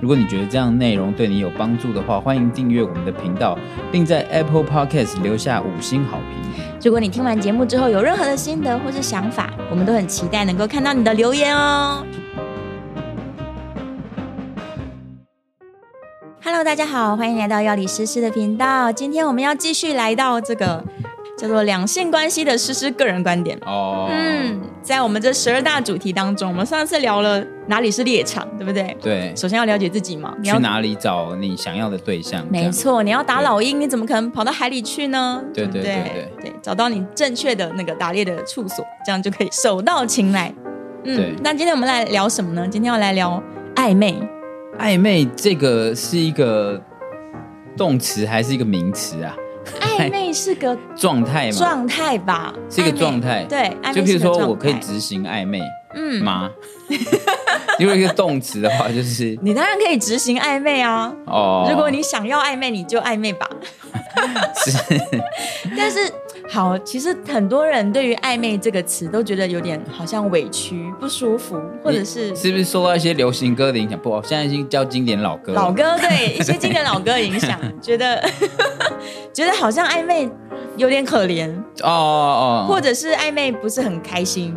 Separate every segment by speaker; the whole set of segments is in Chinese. Speaker 1: 如果你觉得这样内容对你有帮助的话，欢迎订阅我们的频道，并在 Apple Podcast 留下五星好评。
Speaker 2: 如果你听完节目之后有任何的心得或是想法，我们都很期待能够看到你的留言哦。Hello，大家好，欢迎来到药理诗诗的频道。今天我们要继续来到这个 叫做两性关系的诗诗个人观点。
Speaker 1: 哦，
Speaker 2: 嗯，在我们这十二大主题当中，我们上次聊了哪里是猎场，对不对？
Speaker 1: 对，
Speaker 2: 首先要了解自己嘛，你
Speaker 1: 去
Speaker 2: 要
Speaker 1: 哪里找你想要的对象？这
Speaker 2: 没
Speaker 1: 样，
Speaker 2: 错，你要打老鹰，你怎么可能跑到海里去呢？
Speaker 1: 对
Speaker 2: 不
Speaker 1: 对
Speaker 2: 对找到你正确的那个打猎的处所，这样就可以手到擒来。
Speaker 1: 对
Speaker 2: 嗯，那今天我们来聊什么呢？今天要来聊暧昧，
Speaker 1: 暧昧这个是一个动词还是一个名词啊？
Speaker 2: 暧昧是个
Speaker 1: 状态吗？
Speaker 2: 状态吧，
Speaker 1: 是一个
Speaker 2: 暧昧
Speaker 1: 状态
Speaker 2: 对，暧昧
Speaker 1: 就譬
Speaker 2: 是
Speaker 1: 如
Speaker 2: 个
Speaker 1: 说，
Speaker 2: 状
Speaker 1: 我可以
Speaker 2: 态
Speaker 1: 执行暧昧
Speaker 2: 嗯，
Speaker 1: 吗？如果一个动词的话，就是
Speaker 2: 你当然可以执行暧昧啊。
Speaker 1: 哦，
Speaker 2: 如果你想要暧昧，你就暧昧吧。
Speaker 1: 是
Speaker 2: 但是好，其实很多人对于暧昧这个词都觉得有点好像委屈、不舒服，或者是
Speaker 1: 是不是受到一些流行歌的影响？不，我现在已经叫经典老歌了。
Speaker 2: 老歌对一些经典老歌影 响，觉得觉得好像暧昧有点可怜，
Speaker 1: 哦哦哦，
Speaker 2: 或者是暧昧不是很开心，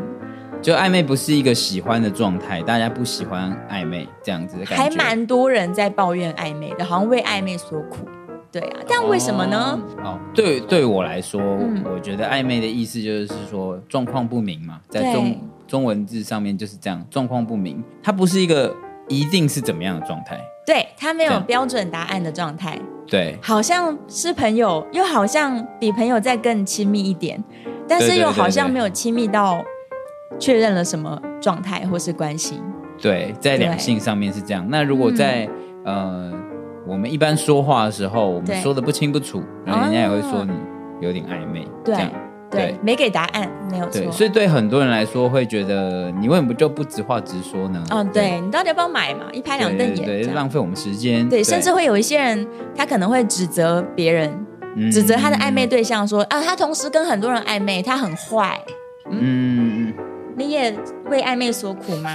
Speaker 1: 就暧昧不是一个喜欢的状态，大家不喜欢暧昧这样子的感觉，
Speaker 2: 还蛮多人在抱怨暧昧的，好像为暧昧所苦。对啊，但为什么呢？
Speaker 1: 哦？哦，对，对我来说，
Speaker 2: 嗯
Speaker 1: 我觉得暧昧的意思就是说状况不明嘛，在
Speaker 2: 对
Speaker 1: 中中文字上面就是这样，状况不明，它不是一个一定是怎么样的状态，
Speaker 2: 对他没
Speaker 1: 这
Speaker 2: 有
Speaker 1: 样
Speaker 2: 标准答案的状态，
Speaker 1: 对，
Speaker 2: 好像是朋友，又好像比朋友再更亲密一点，但
Speaker 1: 对
Speaker 2: 是
Speaker 1: 对
Speaker 2: 又
Speaker 1: 对
Speaker 2: 好像
Speaker 1: 对
Speaker 2: 没有亲密到确认了什么状态或是关系。
Speaker 1: 对，在两性上面是这样。那如果在、呃，我们一般说话的时候，我
Speaker 2: 嗯对啊
Speaker 1: 们说的不清不楚，然后人家也会说你有点暧昧，
Speaker 2: 对
Speaker 1: 这样。
Speaker 2: 对
Speaker 1: 对，
Speaker 2: 没给答案，没有错
Speaker 1: 对，。所以对很多人来说，会觉得你为什么就不直话直说呢？
Speaker 2: 嗯，对你到底要不要买嘛？一拍两瞪眼，
Speaker 1: 对对
Speaker 2: 这
Speaker 1: 对，
Speaker 2: 样
Speaker 1: 浪费我们时间。
Speaker 2: 对，甚至会有一些人，他可能会指责别人，
Speaker 1: 嗯
Speaker 2: 指责他的暧昧对象说啊，他同时跟很多人暧昧，他很坏，
Speaker 1: 嗯嗯嗯，
Speaker 2: 你也为暧昧所苦吗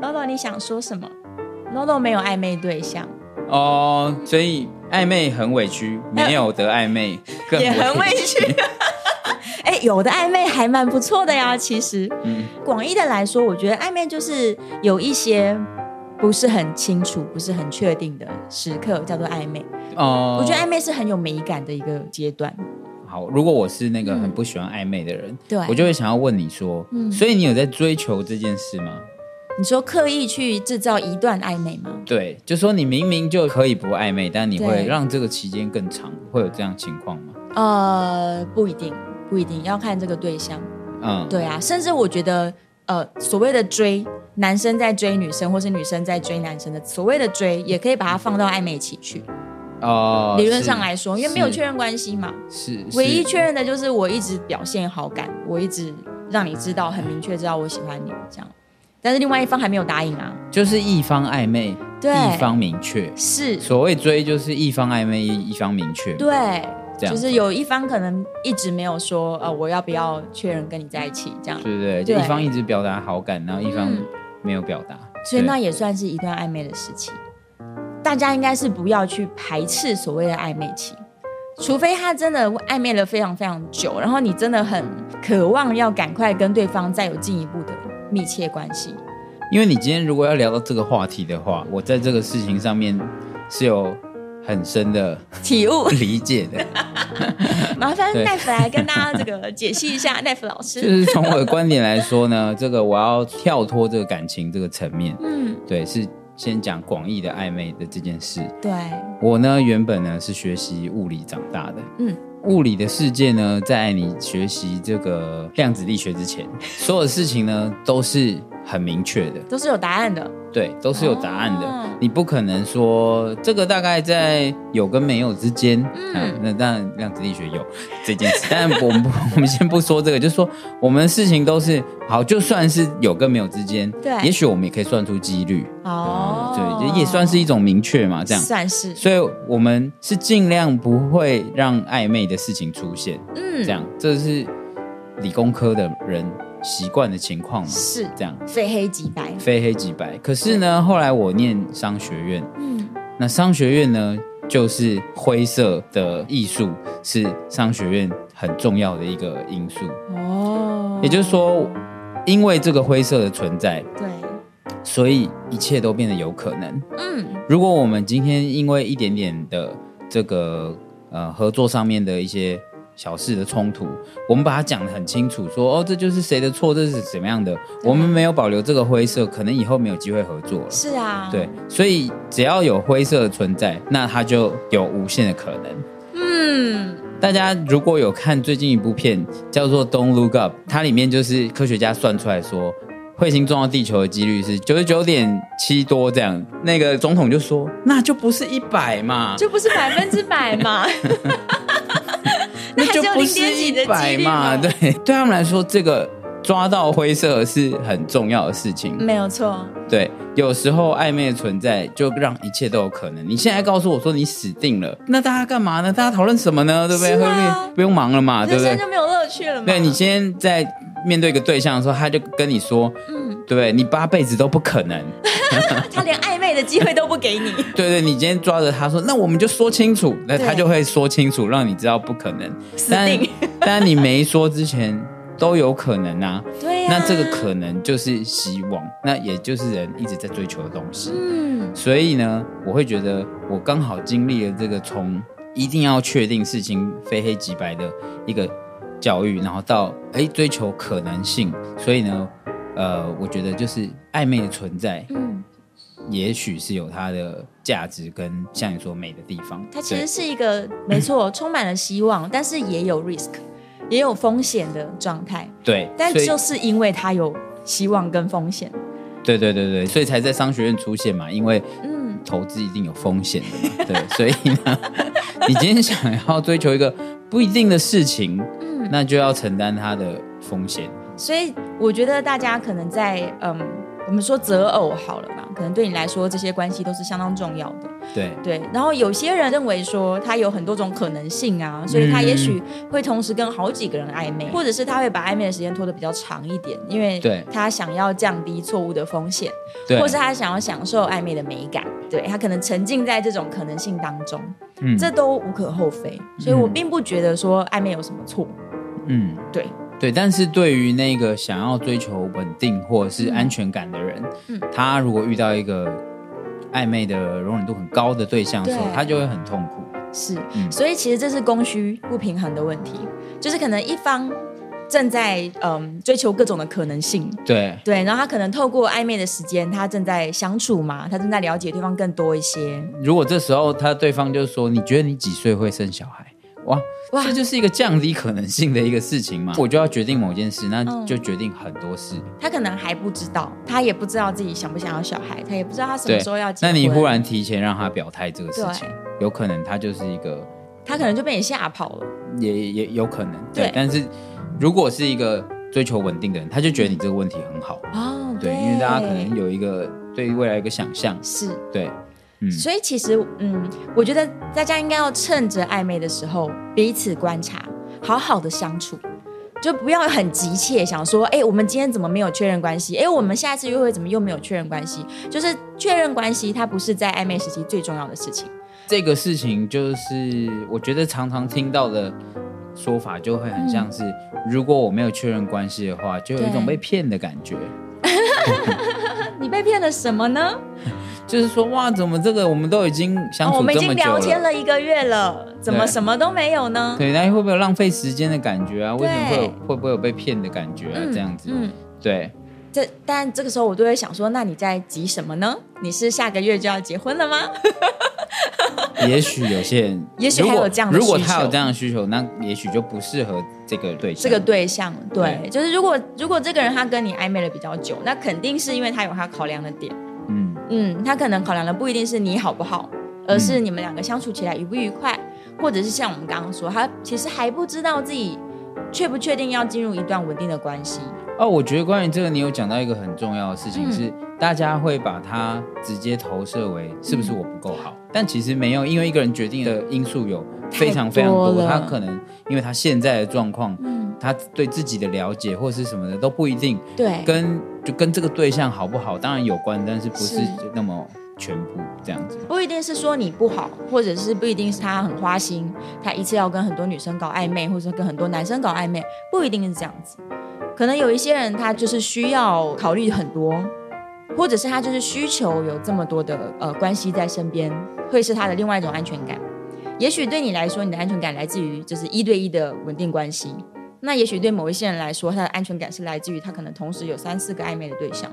Speaker 2: ？Lolo，你想说什么？Lolo 没有暧昧对象，
Speaker 1: 嗯哦，所以暧昧很委屈，没有得暧昧更
Speaker 2: 也很委
Speaker 1: 屈。
Speaker 2: 屈。 哎，有的暧昧还蛮不错的呀。其实
Speaker 1: 嗯，
Speaker 2: 广义的来说，我觉得暧昧就是有一些不是很清楚、不是很确定的时刻叫做暧昧。
Speaker 1: 哦，
Speaker 2: 我觉得暧昧是很有美感的一个阶段。
Speaker 1: 好，如果我是那个
Speaker 2: 嗯
Speaker 1: 很不喜欢暧昧的人，
Speaker 2: 对
Speaker 1: 我就会想要问你说，
Speaker 2: 嗯
Speaker 1: 所以你有在追求这件事吗？
Speaker 2: 你说刻意去制造一段暧昧吗？
Speaker 1: 对，就说你明明就可以不暧昧，但你
Speaker 2: 对
Speaker 1: 会让这个期间更长，会有这样情况吗？
Speaker 2: 呃，不一定，不一定要看这个对象。
Speaker 1: 嗯，
Speaker 2: 对啊，甚至我觉得，呃，所谓的追，男生在追女生，或是女生在追男生的所谓的追，也可以把它放到暧昧期去。
Speaker 1: 哦，
Speaker 2: 理论
Speaker 1: 是
Speaker 2: 上来说，因为没有
Speaker 1: 是
Speaker 2: 确认关系嘛，
Speaker 1: 是
Speaker 2: 唯一
Speaker 1: 是
Speaker 2: 确认的就是我一直表现好感，我一直让你知道很明确知道我喜欢你这样。但是另外一方还没有答应啊，
Speaker 1: 就是一方暧昧，
Speaker 2: 对
Speaker 1: 一方明确。
Speaker 2: 是，
Speaker 1: 所谓追，就是一方暧昧，一一方明确。
Speaker 2: 对，
Speaker 1: 这样
Speaker 2: 就是有一方可能一直没有说，呃，我要不要确认跟你在一起这样，
Speaker 1: 对不对？就
Speaker 2: 对
Speaker 1: 一方一直表达好感，然后一方
Speaker 2: 嗯
Speaker 1: 没有表达。
Speaker 2: 所以
Speaker 1: 对
Speaker 2: 那也算是一段暧昧的时期。大家应该是不要去排斥所谓的暧昧期，除非他真的暧昧了非常非常久，然后你真的很渴望要赶快跟对方再有进一步的密切关系。
Speaker 1: 因为你今天如果要聊到这个话题的话，我在这个事情上面是有很深的
Speaker 2: 体悟，
Speaker 1: 理解的，
Speaker 2: 麻烦
Speaker 1: 对
Speaker 2: 奈夫来跟大家这个解析一下， 奈夫老
Speaker 1: 就
Speaker 2: 师。
Speaker 1: 是从我的观点来说呢，这个我要跳脱这个感情这个层面，
Speaker 2: 嗯，
Speaker 1: 对，是先讲广义的暧昧的这件事。
Speaker 2: 对，
Speaker 1: 我呢，原本呢是学习物理长大的，
Speaker 2: 嗯
Speaker 1: 嗯，物理的世界 呢，在你学习这个量子力学之前，所有的事情呢都是很明确的，
Speaker 2: 都是有答案的。
Speaker 1: 对，都是有答案的。
Speaker 2: 哦
Speaker 1: 你不可能说这个大概在有跟没有之间。
Speaker 2: 嗯
Speaker 1: 嗯，那当然量子力学有这件事， 但我们不我们先不说这个，就是说我们的事情都是好，就算是有跟没有之间，
Speaker 2: 对
Speaker 1: 也许我们也可以算出几率。
Speaker 2: 哦，
Speaker 1: 对，也也算是一种明确嘛，这样。
Speaker 2: 算是，
Speaker 1: 所以我们是尽量不会让暧昧的事情出现，
Speaker 2: 嗯
Speaker 1: 这样这是理工科的人习惯的情况嘛？
Speaker 2: 是
Speaker 1: 这样
Speaker 2: 非黑即白。
Speaker 1: 非黑即白。可是呢，后来我念商学院，
Speaker 2: 嗯，
Speaker 1: 那商学院呢就是灰色的艺术是商学院很重要的一个因素，
Speaker 2: 哦，
Speaker 1: 也就是说，因为这个灰色的存在，
Speaker 2: 对，
Speaker 1: 所以一切都变得有可能。
Speaker 2: 嗯，
Speaker 1: 如果我们今天因为一点点的这个呃合作上面的一些小事的冲突，我们把它讲得很清楚，说哦这就是谁的错，这是怎么样的，我们没有保留这个灰色，可能以后没有机会合作了。
Speaker 2: 是啊，
Speaker 1: 对，，所以只要有灰色的存在，那它就有无限的可能。
Speaker 2: 嗯，
Speaker 1: 大家如果有看最近一部片叫做《Don't Look Up》，它里面就是科学家算出来说，彗星撞到地球的几率是九十九点七多这样。那个总统就说，那就不是一百嘛，
Speaker 2: 就不是百分之百 嘛，那
Speaker 1: 那
Speaker 2: 还是
Speaker 1: 就
Speaker 2: 有
Speaker 1: 不
Speaker 2: 零
Speaker 1: 是
Speaker 2: 点几的
Speaker 1: 一
Speaker 2: 几
Speaker 1: 百
Speaker 2: 率嘛
Speaker 1: 嘛。对，对他们来说，这个抓到灰色是很重要的事情。
Speaker 2: 没有错，
Speaker 1: 对，有时候暧昧的存在就让一切都有可能。你现在告诉我说你死定了，那大家干嘛呢？大家讨论什么呢？对不对？
Speaker 2: 是啊
Speaker 1: 会不会不用忙了嘛，对
Speaker 2: 人
Speaker 1: 不对
Speaker 2: 生？就没有乐趣了嘛。
Speaker 1: 对你今天在面对一个对象的时候，他就跟你说，
Speaker 2: 嗯，
Speaker 1: 对不对？你八辈子都不可 能。
Speaker 2: 啊他连暧昧的机会都不给 你，
Speaker 1: 对对，你今天抓着他说，那我们就说清楚，那
Speaker 2: 对
Speaker 1: 他就会说清楚，让你知道不可能。
Speaker 2: 死
Speaker 1: 但
Speaker 2: 定。
Speaker 1: 但你没说之前都有可能啊。
Speaker 2: 对呀、
Speaker 1: 那这个，可能就是希望，那也就是人一直在追求的东西。
Speaker 2: 嗯，
Speaker 1: 所以呢，我会觉得我刚好经历了这个从一定要确定事情非黑即白的一个教育，然后到哎追求可能性，所以呢，呃，我觉得就是暧昧的存在，
Speaker 2: 嗯，
Speaker 1: 也许是有它的价值跟像你说美的地方。
Speaker 2: 它其实
Speaker 1: 对
Speaker 2: 是一个没错，充满了希望，但是也有 risk，也有风险的状态。
Speaker 1: 对，
Speaker 2: 但
Speaker 1: 所以
Speaker 2: 就是因为它有希望跟风险，
Speaker 1: 对对对对，所以才在商学院出现嘛，因为
Speaker 2: 嗯，
Speaker 1: 投资一定有风险的嘛，对，所以呢， 你今天想要追求一个不一定的事情，
Speaker 2: 嗯
Speaker 1: 那就要承担它的风险。
Speaker 2: 所以我觉得大家可能在嗯，我们说择偶好了嘛，可能对你来说这些关系都是相当重要的。
Speaker 1: 对
Speaker 2: 对，然后有些人认为说他有很多种可能性啊，所以他也许
Speaker 1: 嗯
Speaker 2: 会同时跟好几个人暧昧，或者是他会把暧昧的时间拖得比较长一点，因为
Speaker 1: 对
Speaker 2: 他想要降低错误的风险，
Speaker 1: 对，
Speaker 2: 或是他想要享受暧昧的美感，对他可能沉浸在这种可能性当中，
Speaker 1: 嗯
Speaker 2: 这都无可厚非。所以我并不觉得说暧昧有什么错，
Speaker 1: 嗯
Speaker 2: 对，
Speaker 1: 对，但是对于那个想要追求稳定或者是安全感的人，
Speaker 2: 嗯
Speaker 1: 他如果遇到一个暧昧的容忍度很高的对象的时候
Speaker 2: 对，
Speaker 1: 他就会很痛苦。
Speaker 2: 是，
Speaker 1: 嗯
Speaker 2: 所以其实这是供需不平衡的问题，就是可能一方正在嗯追求各种的可能性，
Speaker 1: 对
Speaker 2: 对，然后他可能透过暧昧的时间，他正在相处嘛，他正在了解对方更多一些。
Speaker 1: 如果这时候他对方就说：“你觉得你几岁会生小孩？”哇，
Speaker 2: 哇
Speaker 1: 这就是一个降低可能性的一个事情嘛。我就要决定某件事，那
Speaker 2: 嗯
Speaker 1: 就决定很多事。
Speaker 2: 他可能还不知道，他也不知道自己想不想要小孩，他也不知道他什么
Speaker 1: 对
Speaker 2: 时候要结
Speaker 1: 那
Speaker 2: 婚。
Speaker 1: 你忽，然提前让他表态这个事
Speaker 2: 对
Speaker 1: 情，有可能他就是一个，
Speaker 2: 他可能就被你吓跑了。
Speaker 1: 也也有可能
Speaker 2: 对
Speaker 1: 但是如果是一个追求稳定的人，他就觉得你这个问题很好，
Speaker 2: 哦，
Speaker 1: 对，因为大家可能有一个对未来有一个想象，
Speaker 2: 是，
Speaker 1: 对，嗯，
Speaker 2: 所以其实，嗯，我觉得大家应该要趁着暧昧的时候彼此观察，好好的相处。就不要很急切想说，哎、我们今天怎么没有确认关系？哎、我们下一次约会怎么又没有确认关系？就是确认关系，它不是在暧昧时期最重要的事情。
Speaker 1: 这个事情就是我觉得常常听到的说法，就会很像
Speaker 2: 嗯
Speaker 1: 是、如果我没有确认关系的话，就有一种
Speaker 2: 对
Speaker 1: 被骗的感觉，
Speaker 2: 你被骗了什么呢？
Speaker 1: 就是说哇，怎么这个我们都已经相
Speaker 2: 哦我
Speaker 1: 处
Speaker 2: 们已
Speaker 1: 这
Speaker 2: 经
Speaker 1: 么久
Speaker 2: 聊天
Speaker 1: 了。
Speaker 2: 了一个月了，怎么
Speaker 1: 对
Speaker 2: 什么都没有呢？
Speaker 1: 对，那会不会有浪费时间的感觉啊？为什么会有
Speaker 2: 对
Speaker 1: 会不会有被骗的感觉啊？这样子，
Speaker 2: 嗯，
Speaker 1: 对，
Speaker 2: 这但这个时候我都
Speaker 1: 啊
Speaker 2: 会想说，那你在急什么呢？你是下个月就要结婚了吗？
Speaker 1: 也许有些人，
Speaker 2: 也许还有这样的
Speaker 1: 如果
Speaker 2: 需
Speaker 1: 他有
Speaker 2: 求
Speaker 1: 这样的需求，那也许就不适合这个对象。
Speaker 2: 这个对象，对，就是如果如果这个人他跟你暧昧了比较久，那肯定是因为他有他考量的点，
Speaker 1: 嗯，
Speaker 2: 嗯，他可能考量的不一定是你好不好，而是你们两个相处起来愉不愉快，或者是像我们刚刚说，他其实还不知道自己确不确定要进入一段稳定的关系，
Speaker 1: 哦，我觉得关于这个，你有讲到一个很重要的事情
Speaker 2: 嗯
Speaker 1: 是，大家会把它直接投射为是
Speaker 2: 嗯
Speaker 1: 不是我不够好，但其实没有，因为一个人决定的因素有非常非常
Speaker 2: 太多了
Speaker 1: 他可能因为他现在的状况，
Speaker 2: 嗯，
Speaker 1: 他对自己的了解或是什么的都不一定
Speaker 2: 对，
Speaker 1: 跟就跟这个对象好不好当然有关，但是不是
Speaker 2: 是
Speaker 1: 那么全部这样子。
Speaker 2: 不一定是说你不好，或者是不一定是他很花心，他一次要跟很多女生搞暧昧，或者是跟很多男生搞暧昧，不一定是这样子。可能有一些人他就是需要考虑很多，或者是他就是需求有这么多的呃关系在身边，会是他的另外一种安全感。也许对你来说，你的安全感来自于就是一对一的稳定关系。那也许对某一些人来说，他的安全感是来自于他可能同时有三四个暧昧的对象，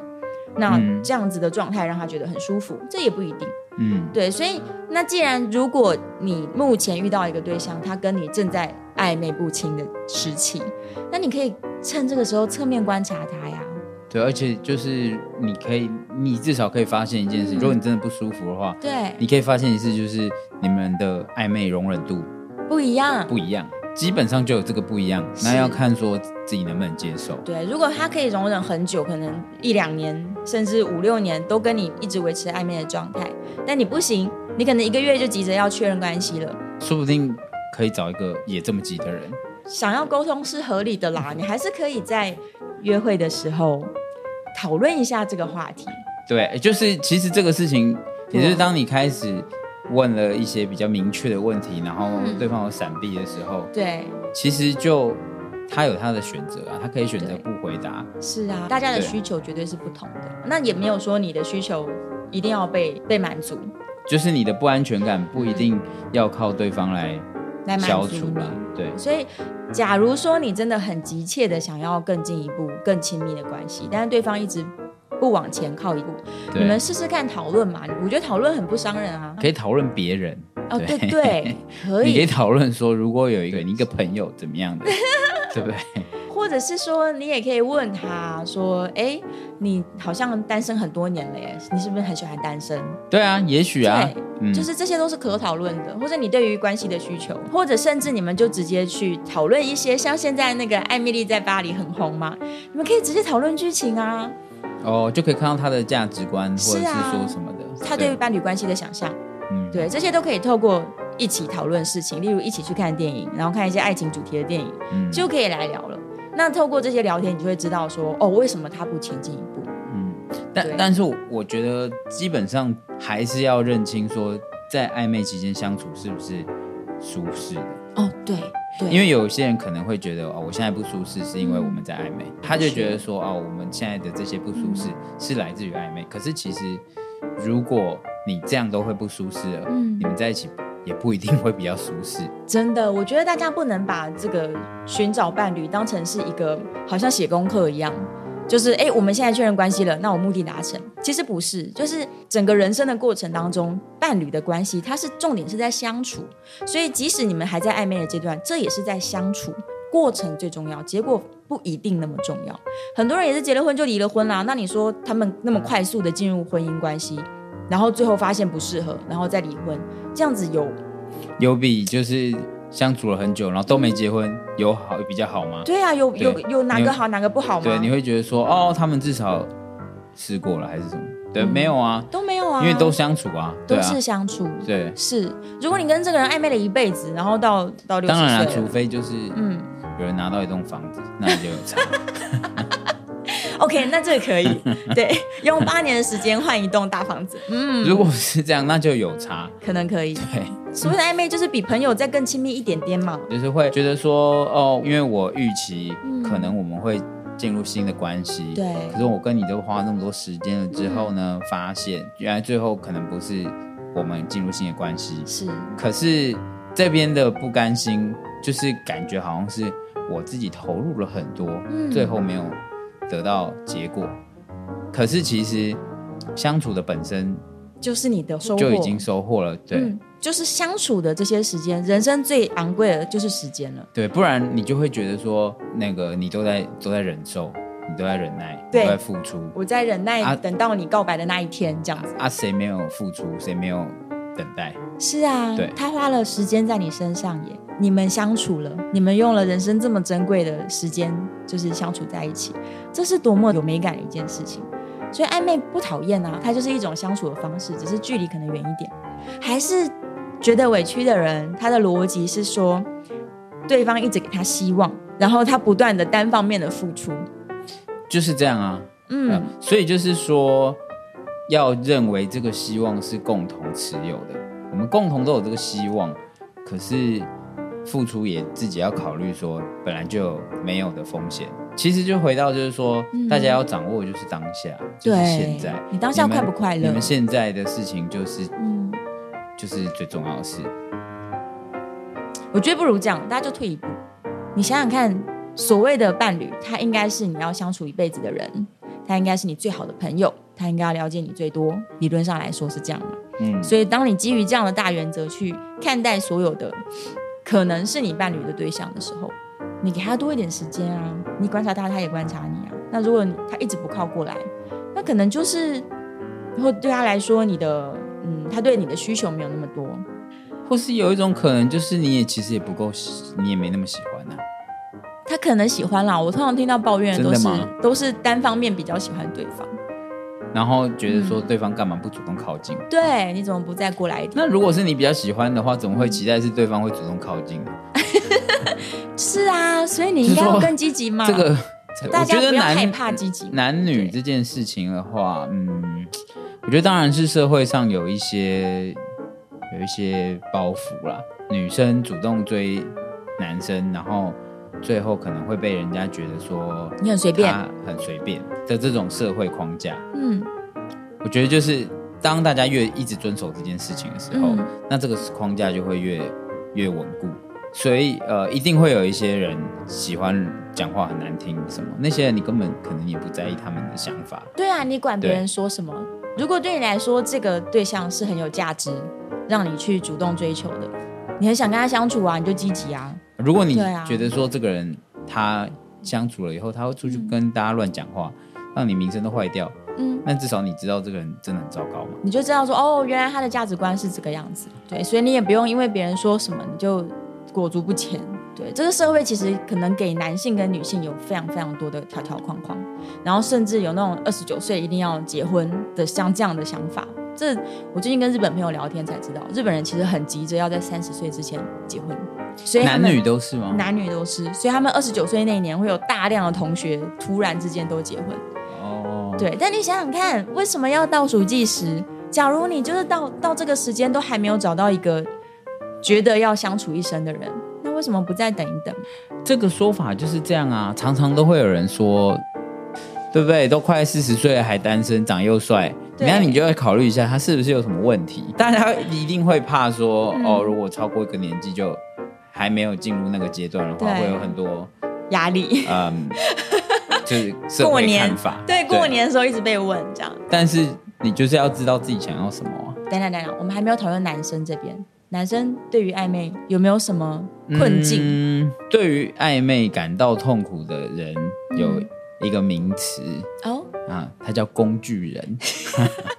Speaker 2: 那
Speaker 1: 嗯
Speaker 2: 这样子的状态让他觉得很舒服，这也不一定。
Speaker 1: 嗯，
Speaker 2: 对，所以那既然如果你目前遇到一个对象，他跟你正在暧昧不清的时期，那你可以趁这个时候侧面观察他呀。
Speaker 1: 对，而且就是你可以，你至少可以发现一件事，
Speaker 2: 嗯
Speaker 1: 如果你真的不舒服的话，
Speaker 2: 对，
Speaker 1: 你可以发现一次，就是你们的暧昧容忍度
Speaker 2: 不一样。
Speaker 1: 不一样，基本上就有这个不一样。
Speaker 2: 是
Speaker 1: 那要看说自己能不能接受。
Speaker 2: 对，如果他可以容忍很久，可能一两年，甚至五六年都跟你一直维持暧昧的状态，但你不行，你可能一个月就急着要确认关系了。
Speaker 1: 说不定可以找一个也这么急的人。
Speaker 2: 想要沟通是合理的啦，你还是可以在约会的时候讨论一下这个话题。
Speaker 1: 对，就是其实这个事情，
Speaker 2: 对
Speaker 1: 也就是当你开始问了一些比较明确的问题，然后
Speaker 2: 嗯
Speaker 1: 对方有闪避的时候，
Speaker 2: 对，
Speaker 1: 其实就他有他的选择啊，他可以选择
Speaker 2: 对
Speaker 1: 不回答。
Speaker 2: 是啊，大家的
Speaker 1: 嗯对
Speaker 2: 需求绝对是不同的。那也没有说你的需求一定要被被满足
Speaker 1: 就是你的不安全感不一定要靠对方来
Speaker 2: 来满
Speaker 1: 消
Speaker 2: 足
Speaker 1: 除啦
Speaker 2: 你。。
Speaker 1: 对，
Speaker 2: 所以，假如说你真的很急切的想要更进一步、更亲密的关系，但是对方一直不往前靠一步，
Speaker 1: 对
Speaker 2: 你们试试看讨论嘛。我觉得讨论很不伤人啊。
Speaker 1: 可以讨论别人。
Speaker 2: 哦，对 对，可
Speaker 1: 你可以
Speaker 2: 以，
Speaker 1: 讨论说，如果有一个你一个朋友怎么样 的，对不对？
Speaker 2: 或者是说，你也可以问他说：“哎，你好像单身很多年了耶，你是不是很喜欢单身？”
Speaker 1: 对啊，也许啊
Speaker 2: 对，
Speaker 1: 嗯，
Speaker 2: 就是这些都是可讨论的，或者你对于关系的需求，或者甚至你们就直接去讨论一些，像现在那个艾米丽在巴黎很红嘛，你们可以直接讨论剧情啊，
Speaker 1: 哦，就可以看到他的价值观，
Speaker 2: 是
Speaker 1: 或者是
Speaker 2: 啊
Speaker 1: 说什么的。
Speaker 2: 他对于伴侣关系的想象，
Speaker 1: 嗯，
Speaker 2: 对，这些都可以透过一起讨论事情，例如一起去看电影，然后看一些爱情主题的电影，
Speaker 1: 嗯
Speaker 2: 就可以来聊了。那透过这些聊天，你就会知道说，哦，为什么他不前进一步？
Speaker 1: 嗯，但
Speaker 2: 对
Speaker 1: 但是我我觉得基本上还是要认清说，在暧昧期间相处是不是舒适的。
Speaker 2: 哦，对，对，为
Speaker 1: 因为有些人可能会觉得哦，我现在不舒适是因为我们在暧
Speaker 2: 嗯
Speaker 1: 昧，他就觉得说哦，我们现在的这些不舒适是来自于暧昧。可是其实，如果你这样都会不舒适了，
Speaker 2: 嗯
Speaker 1: 你们在一起也不一定会比较舒适。
Speaker 2: 真的，我觉得大家不能把这个寻找伴侣当成是一个好像写功课一样，就是哎，诶我们现在确认关系了，那我目的达成。其实不是，就是整个人生的过程当中，伴侣的关系它是重点是在相处，所以即使你们还在暧昧的阶段，这也是在相处。过程最重要，结果不一定那么重要。很多人也是结了婚就离了婚啦。那你说他们那么快速的进入婚姻关系，然后最后发现不适合，然后再离婚，这样子有
Speaker 1: 有比就是相处了很久，然后都没结婚，有好比较好吗？
Speaker 2: 对啊，有
Speaker 1: 对
Speaker 2: 有有哪
Speaker 1: 你
Speaker 2: 个
Speaker 1: 会
Speaker 2: 好哪个不好吗？
Speaker 1: 对，你会觉得说哦，他们至少试过了还是什么？对，没有啊，
Speaker 2: 都没有啊，
Speaker 1: 因为都相处啊，对
Speaker 2: 嗯都
Speaker 1: 啊
Speaker 2: 是，相处。
Speaker 1: 对。
Speaker 2: 是，如果你跟这个人暧昧了一辈子，然后到到六十
Speaker 1: 当然了，啊
Speaker 2: 岁
Speaker 1: 除
Speaker 2: 了，
Speaker 1: 非就是
Speaker 2: 嗯
Speaker 1: 有人拿到一栋房子，那你就有差。
Speaker 2: ，OK，那这个可 以，对，用八年的时间换一栋大房子，嗯，
Speaker 1: 如果是这样，那就有差。
Speaker 2: 可能可以。
Speaker 1: 对，
Speaker 2: 所谓的暧昧就是比朋友再更亲密一点点嘛。
Speaker 1: 就是会觉得说，哦，因为我预期
Speaker 2: 嗯
Speaker 1: 可能我们会进入新的关系，
Speaker 2: 对嗯
Speaker 1: 可是我跟你都花那么多时间了之后呢，发现原来最后可能不是我们进入新的关系，
Speaker 2: 是，
Speaker 1: 可是这边的不甘心，就是感觉好像是我自己投入了很多，
Speaker 2: 嗯
Speaker 1: 最后没有得到结果。可是其实相处的本身
Speaker 2: 就是你的收获
Speaker 1: 就已经收获了，对。
Speaker 2: 嗯就是相处的这些时间，人生最昂贵的就是时间了。
Speaker 1: 对，不然你就会觉得说，那个你都在都在忍受，你都在忍耐，
Speaker 2: 对
Speaker 1: 你都在付出
Speaker 2: 我在忍耐，
Speaker 1: 啊
Speaker 2: 等到你告白的那一天，这样子。
Speaker 1: 啊，谁没有付出，谁没有等待？
Speaker 2: 是啊
Speaker 1: 对，
Speaker 2: 他花了时间在你身上耶，你们相处了，你们用了人生这么珍贵的时间，就是相处在一起，这是多么有美感的一件事情。所以暧昧不讨厌啊，它就是一种相处的方式，只是距离可能远一点。还是觉得委屈的人，他的逻辑是说，对方一直给他希望，然后他不断的单方面的付出。
Speaker 1: 就是这样啊，嗯、
Speaker 2: 嗯，
Speaker 1: 所以就是说，要认为这个希望是共同持有的，我们共同都有这个希望，可是付出也自己要考虑说，本来就有没有的风险。其实就回到就是说，大家要掌握就是当下，就是
Speaker 2: 嗯对
Speaker 1: 现在，
Speaker 2: 你当下
Speaker 1: 们
Speaker 2: 快不快乐
Speaker 1: 你们现在的事情就是
Speaker 2: 嗯，
Speaker 1: 就是最重要的事。
Speaker 2: 我觉得不如这样，大家就退一步，你想想看，所谓的伴侣，他应该是你要相处一辈子的人，他应该是你最好的朋友，他应该要了解你最多。理论上来说是这样的，
Speaker 1: 嗯，
Speaker 2: 所以当你基于这样的大原则去看待所有的可能是你伴侣的对象的时候，你给他多一点时间啊，你观察他，他也观察你啊。那如果你他一直不靠过来，那可能就是，或对他来说，你的嗯，他对你的需求没有那么多，
Speaker 1: 或是有一种可能，就是你也其实也不够喜，你也没那么喜欢啊。
Speaker 2: 他可能喜欢啦。我通常听到抱怨的都
Speaker 1: 真
Speaker 2: 是
Speaker 1: 的吗
Speaker 2: 都是单方面比较喜欢对方，
Speaker 1: 然后觉得
Speaker 2: 嗯
Speaker 1: 说对方干嘛不主动靠近？
Speaker 2: 对，你怎么不再过来一点？
Speaker 1: 那如果是你比较喜欢的话，怎么会期待是对方会主动靠近？
Speaker 2: 是啊，所以你应该
Speaker 1: 就是
Speaker 2: 要
Speaker 1: 说
Speaker 2: 更积极嘛。
Speaker 1: 这个
Speaker 2: 大
Speaker 1: 我
Speaker 2: 家
Speaker 1: 觉得
Speaker 2: 不要害
Speaker 1: 男
Speaker 2: 怕积极。
Speaker 1: 男女
Speaker 2: 对
Speaker 1: 这件事情的话，嗯，我觉得当然是社会上有一些有一些包袱啦，女生主动追男生，然后最后可能会被人家觉得说
Speaker 2: 你很随便，
Speaker 1: 他很随便的这种社会框架。
Speaker 2: 嗯
Speaker 1: 我觉得就是当大家越一直遵守这件事情的时候，
Speaker 2: 嗯
Speaker 1: 那这个框架就会越越稳固。所以呃，一定会有一些人喜欢讲话很难听什么，那些人你根本可能也不在意他们的想法。
Speaker 2: 对啊，你管别
Speaker 1: 对
Speaker 2: 人说什么？如果对你来说这个对象是很有价值，让你去主动追求的，你很想跟他相处啊，你就积极啊。
Speaker 1: 如果你
Speaker 2: 对啊
Speaker 1: 觉得说这个人他相处了以后，他会出去跟大家乱讲话，让你名声都坏掉，
Speaker 2: 嗯，
Speaker 1: 那至少你知道这个人真的很糟糕嘛。
Speaker 2: 你就知道说哦，原来他的价值观是这个样子。对，所以你也不用因为别人说什么你就裹足不前。对，这个社会其实可能给男性跟女性有非常非常多的条条框框，然后甚至有那种二十九岁一定要结婚的像这样的想法。这我最近跟日本朋友聊天才知道，日本人其实很急着要在三十岁之前结婚，所以他
Speaker 1: 男
Speaker 2: 们
Speaker 1: 女都是吗？
Speaker 2: 男女都是，所以他们二十九岁那一年会有大量的同学突然之间都结婚。
Speaker 1: 哦，
Speaker 2: 对，但你想想看，为什么要倒数计时？假如你就是到到这个时间都还没有找到一个觉得要相处一生的人，那为什么不再等一等？
Speaker 1: 这个说法就是这样啊，常常都会有人说，对不对？都快四十岁了还单身，长又帅，
Speaker 2: 对
Speaker 1: 那你就要考虑一下他是不是有什么问题。大家一定会怕说，
Speaker 2: 嗯
Speaker 1: 哦，如果超过一个年纪就还没有进入那个阶段的话，
Speaker 2: 对
Speaker 1: 会有很多
Speaker 2: 压力。
Speaker 1: 嗯， 就是社
Speaker 2: 过
Speaker 1: 会
Speaker 2: 年
Speaker 1: 看法。
Speaker 2: 对，过。年的时候一直被问这样。
Speaker 1: 但是你就是要知道自己想要什么啊、
Speaker 2: 等等等等，我们还没有讨论男生这边，男生对于暧昧有没有什么困境？
Speaker 1: 嗯，对于暧昧感到痛苦的人，有
Speaker 2: 嗯
Speaker 1: 一个名词。
Speaker 2: 哦，
Speaker 1: 啊，他叫工具人，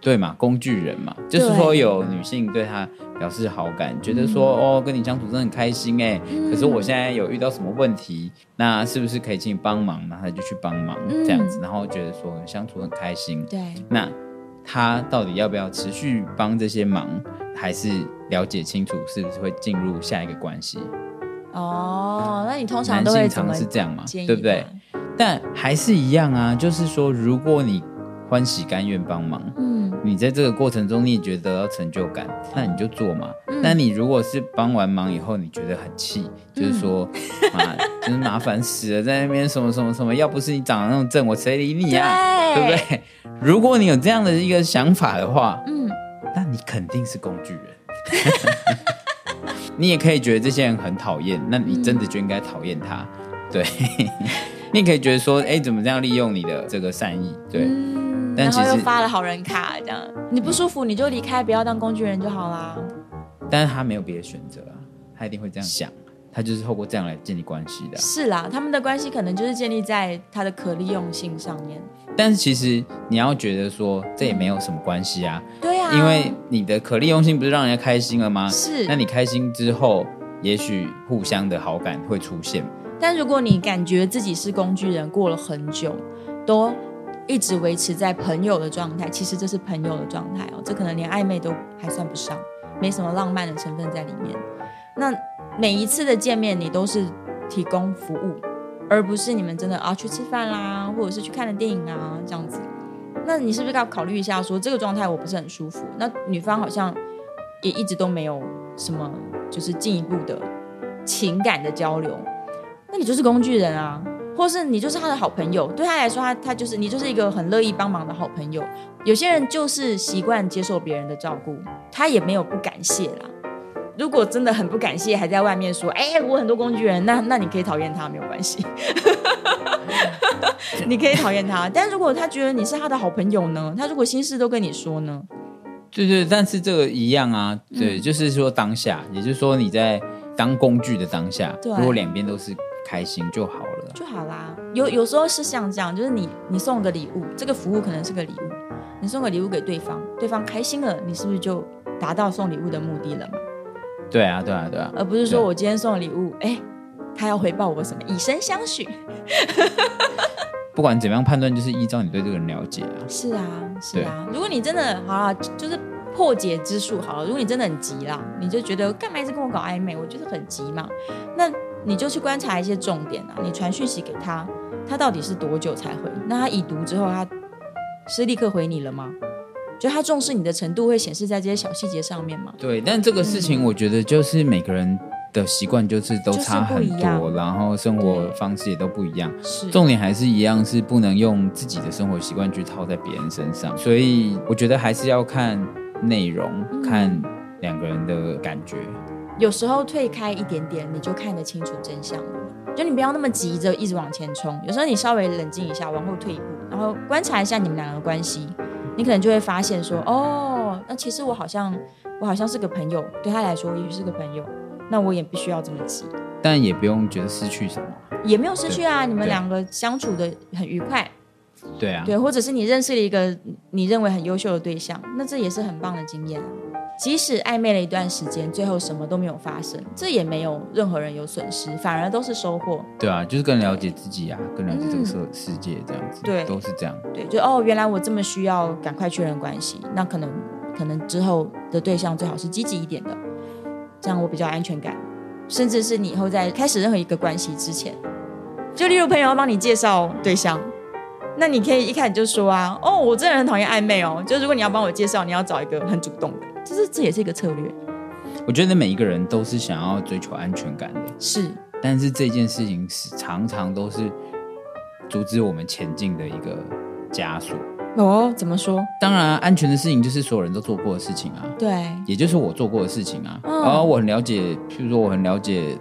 Speaker 1: 对嘛？工具人嘛，就是
Speaker 2: 对嗯
Speaker 1: 说有女性对他表示好感，觉得说、哦，跟你相处真的很开心哎、可是我现在有遇到什么问题，那是不是可以请你帮忙？那他就去帮忙、
Speaker 2: 嗯
Speaker 1: 这样子，然后觉得说相处很开心。
Speaker 2: 对，
Speaker 1: 那他到底要不要持续帮这些忙，还是了解清楚是不是会进入下一个关系？
Speaker 2: 哦，那你通常
Speaker 1: 男
Speaker 2: 都会
Speaker 1: 性
Speaker 2: 怎
Speaker 1: 常
Speaker 2: 么
Speaker 1: 是这样嘛，
Speaker 2: 建议？啊
Speaker 1: 对不对？？但还是一样啊，就是说，如果你欢喜甘愿帮忙，
Speaker 2: 嗯
Speaker 1: 你在这个过程中你也觉得到成就感，那你就做嘛。
Speaker 2: 嗯
Speaker 1: 但你如果是帮完忙以后，你觉得很气，
Speaker 2: 嗯
Speaker 1: 就是说， 啊，就是麻烦死了，在那边什么什么什么，要不是你长得那么正，我谁理你啊？
Speaker 2: 对
Speaker 1: 对不对？如果你有这样的一个想法的话，
Speaker 2: 嗯，
Speaker 1: 那你肯定是工具人。 你也可以觉得这些人很讨厌，那你真的就应该讨厌他。 对，你也可以觉得说，哎、怎么这样利用你的这个善意？对，
Speaker 2: 嗯
Speaker 1: 但
Speaker 2: 然
Speaker 1: 其
Speaker 2: 后又
Speaker 1: 实，
Speaker 2: 发了好人卡，这样你不舒服你就离开，不要当工具人就好啦。
Speaker 1: 但是他没有别的选择啊，他一定会这样想，他就是透过这样来建立关系的啊、
Speaker 2: 是啦，他们的关系可能就是建立在他的可利用性上面。
Speaker 1: 但是其实你要觉得说这也没有什么关系啊，
Speaker 2: 对啊，
Speaker 1: 因为你的可利用性不是让人家开心了吗？
Speaker 2: 是
Speaker 1: 那你开心之后，也许互相的好感会出现。
Speaker 2: 但如果你感觉自己是工具人，过了很久，都一直维持在朋友的状态，其实这是朋友的状态哦，这可能连暧昧都还算不上，没什么浪漫的成分在里面。那每一次的见面，你都是提供服务，而不是你们真的啊去吃饭啦，或者是去看了电影啊这样子。那你是不是要考虑一下说这个状态我不是很舒服？那女方好像也一直都没有什么就是进一步的情感的交流，那你就是工具人啊，或是你就是他的好朋友。对他来说，他他就是你就是一个很乐意帮忙的好朋友。有些人就是习惯接受别人的照顾，他也没有不感谢啦。如果真的很不感谢，还在外面说，哎、我很多工具人，那那你可以讨厌他没有关系， 你可以讨厌他。但如果他觉得你是他的好朋友呢？他如果心事都跟你说呢？
Speaker 1: 对对，但是这个一样啊，对，
Speaker 2: 嗯
Speaker 1: 就是说当下，也就是说你在当工具的当下，
Speaker 2: 对
Speaker 1: 如果两边都是开心就好了。
Speaker 2: 就好啦。有有时候是像这样，就是你你送个礼物，这个服务可能是个礼物，你送个礼物给对方，对方开心了，你是不是就达到送礼物的目的了嘛？
Speaker 1: 对啊，对啊，对啊，
Speaker 2: 而不是说
Speaker 1: 对
Speaker 2: 我今天送了礼物，哎、他要回报我什么？以身相许。
Speaker 1: 不管怎么样判断，就是依照你对这个人了解啊。
Speaker 2: 是啊，是啊。如果你真的好啦，就就是破解之术好了。如果你真的很急啦，你就觉得干嘛一直跟我搞暧昧？我就是很急嘛。那你就去观察一些重点啊，你传讯息给他，他到底是多久才回？那他已读之后，他是立刻回你了吗？就他重视你的程度会显示在这些小细节上面吗？
Speaker 1: 对，但这个事情我觉得就是每个人的习惯就是都
Speaker 2: 嗯就是
Speaker 1: 差
Speaker 2: 不
Speaker 1: 很
Speaker 2: 一样
Speaker 1: 多，然后生活
Speaker 2: 对
Speaker 1: 方式也都不一样。
Speaker 2: 是，
Speaker 1: 重点还是一样，是不能用自己的生活习惯去套在别人身上，所以我觉得还是要看内容，
Speaker 2: 嗯
Speaker 1: 看两个人的感觉。
Speaker 2: 有时候退开一点点，你就看得清楚真相了。就你不要那么急着一直往前冲，有时候你稍微冷静一下，往后退一步，然后观察一下你们两个的关系，你可能就会发现说，哦，那其实我好像我好像是个朋友，对他来说我也许是个朋友，那我也必须要这么急，
Speaker 1: 但也不用觉得失去什么。
Speaker 2: 也没有失去啊，你们
Speaker 1: 对
Speaker 2: 两个相处的很愉快，
Speaker 1: 对啊，
Speaker 2: 对，或者是你认识了一个你认为很优秀的对象，那这也是很棒的经验啊。即使暧昧了一段时间，最后什么都没有发生，这也没有任何人有损失，反而都是收获。
Speaker 1: 对啊，就是更了解自己啊，更了解这个世世界这样子，
Speaker 2: 嗯对
Speaker 1: 都是这样。
Speaker 2: 对，就哦，原来我这么需要赶快确认关系，那可能可能之后的对象最好是积极一点的，这样我比较安全感。甚至是你以后在开始任何一个关系之前，就例如朋友要帮你介绍对象，那你可以一开始就说啊，哦，我这人很讨厌暧昧哦，就如果你要帮我介绍，你要找一个很主动的，就是这也是一个策略，
Speaker 1: 我觉得每一个人都是想要追求安全感的，
Speaker 2: 是
Speaker 1: 但是这件事情是常常都是阻止我们前进的一个枷锁。
Speaker 2: 哦，怎么说？
Speaker 1: 当然啊，安全的事情就是所有人都做过的事情啊。
Speaker 2: 对，
Speaker 1: 也就是我做过的事情啊。
Speaker 2: 嗯
Speaker 1: 然后我很了解，譬如说我很了解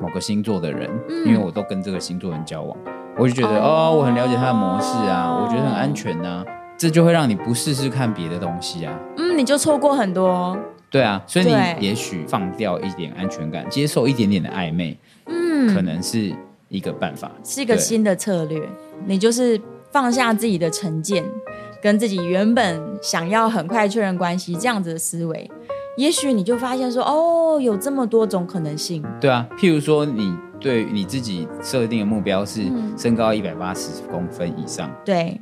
Speaker 1: 某个星座的人，因为我都跟这个星座人交往，我就觉
Speaker 2: 嗯
Speaker 1: 得
Speaker 2: 哦
Speaker 1: 哦我很了解他的模式啊，我觉得很安全呐、这就会让你不试试看别的东西啊。
Speaker 2: 嗯，你就错过很多，
Speaker 1: 对啊，所以你
Speaker 2: 对
Speaker 1: 也许放掉一点安全感，接受一点点的暧昧，
Speaker 2: 嗯，
Speaker 1: 可能是一个办法。
Speaker 2: 是一个
Speaker 1: 对
Speaker 2: 新的策略，你就是放下自己的成见，跟自己原本想要很快确认关系这样子的思维，也许你就发现说，哦，有这么多种可能性，
Speaker 1: 对啊，譬如说你对你自己设定的目标是
Speaker 2: 嗯
Speaker 1: 身高一百八十公分以上，
Speaker 2: 对，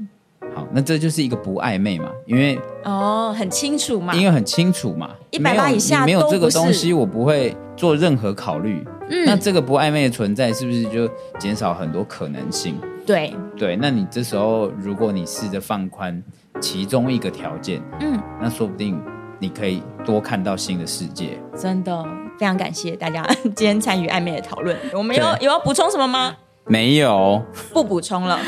Speaker 1: 好，那这就是一个不暧昧嘛，因为
Speaker 2: 哦，很清楚嘛，
Speaker 1: 因为很清楚嘛，
Speaker 2: 180
Speaker 1: 没有
Speaker 2: 以下
Speaker 1: 你没有
Speaker 2: 都
Speaker 1: 这个
Speaker 2: 不是
Speaker 1: 东西，我不会做任何考虑。那
Speaker 2: 嗯，
Speaker 1: 这个不暧昧的存在，是不是就减少很多可能性？
Speaker 2: 对，
Speaker 1: 对，那你这时候如果你试着放宽其中一个条件，
Speaker 2: 嗯，
Speaker 1: 那说不定你可以多看到新的世界。
Speaker 2: 真的非常感谢大家 今天参与暧昧的讨论，我们有
Speaker 1: 对
Speaker 2: 有要补充什么吗？
Speaker 1: 没有，
Speaker 2: 不补充 了，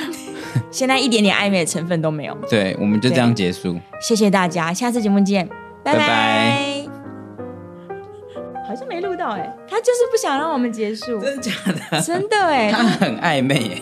Speaker 2: 现在一点点暧昧的成分都没有。
Speaker 1: 对，我们就这样结束。
Speaker 2: 谢谢大家，下次节目见，拜
Speaker 1: 拜
Speaker 2: 拜
Speaker 1: 拜。
Speaker 2: 好像没录到 哎、他就是不想让我们结束，
Speaker 1: 真的假的？
Speaker 2: 真的哎、
Speaker 1: 他很暧昧耶。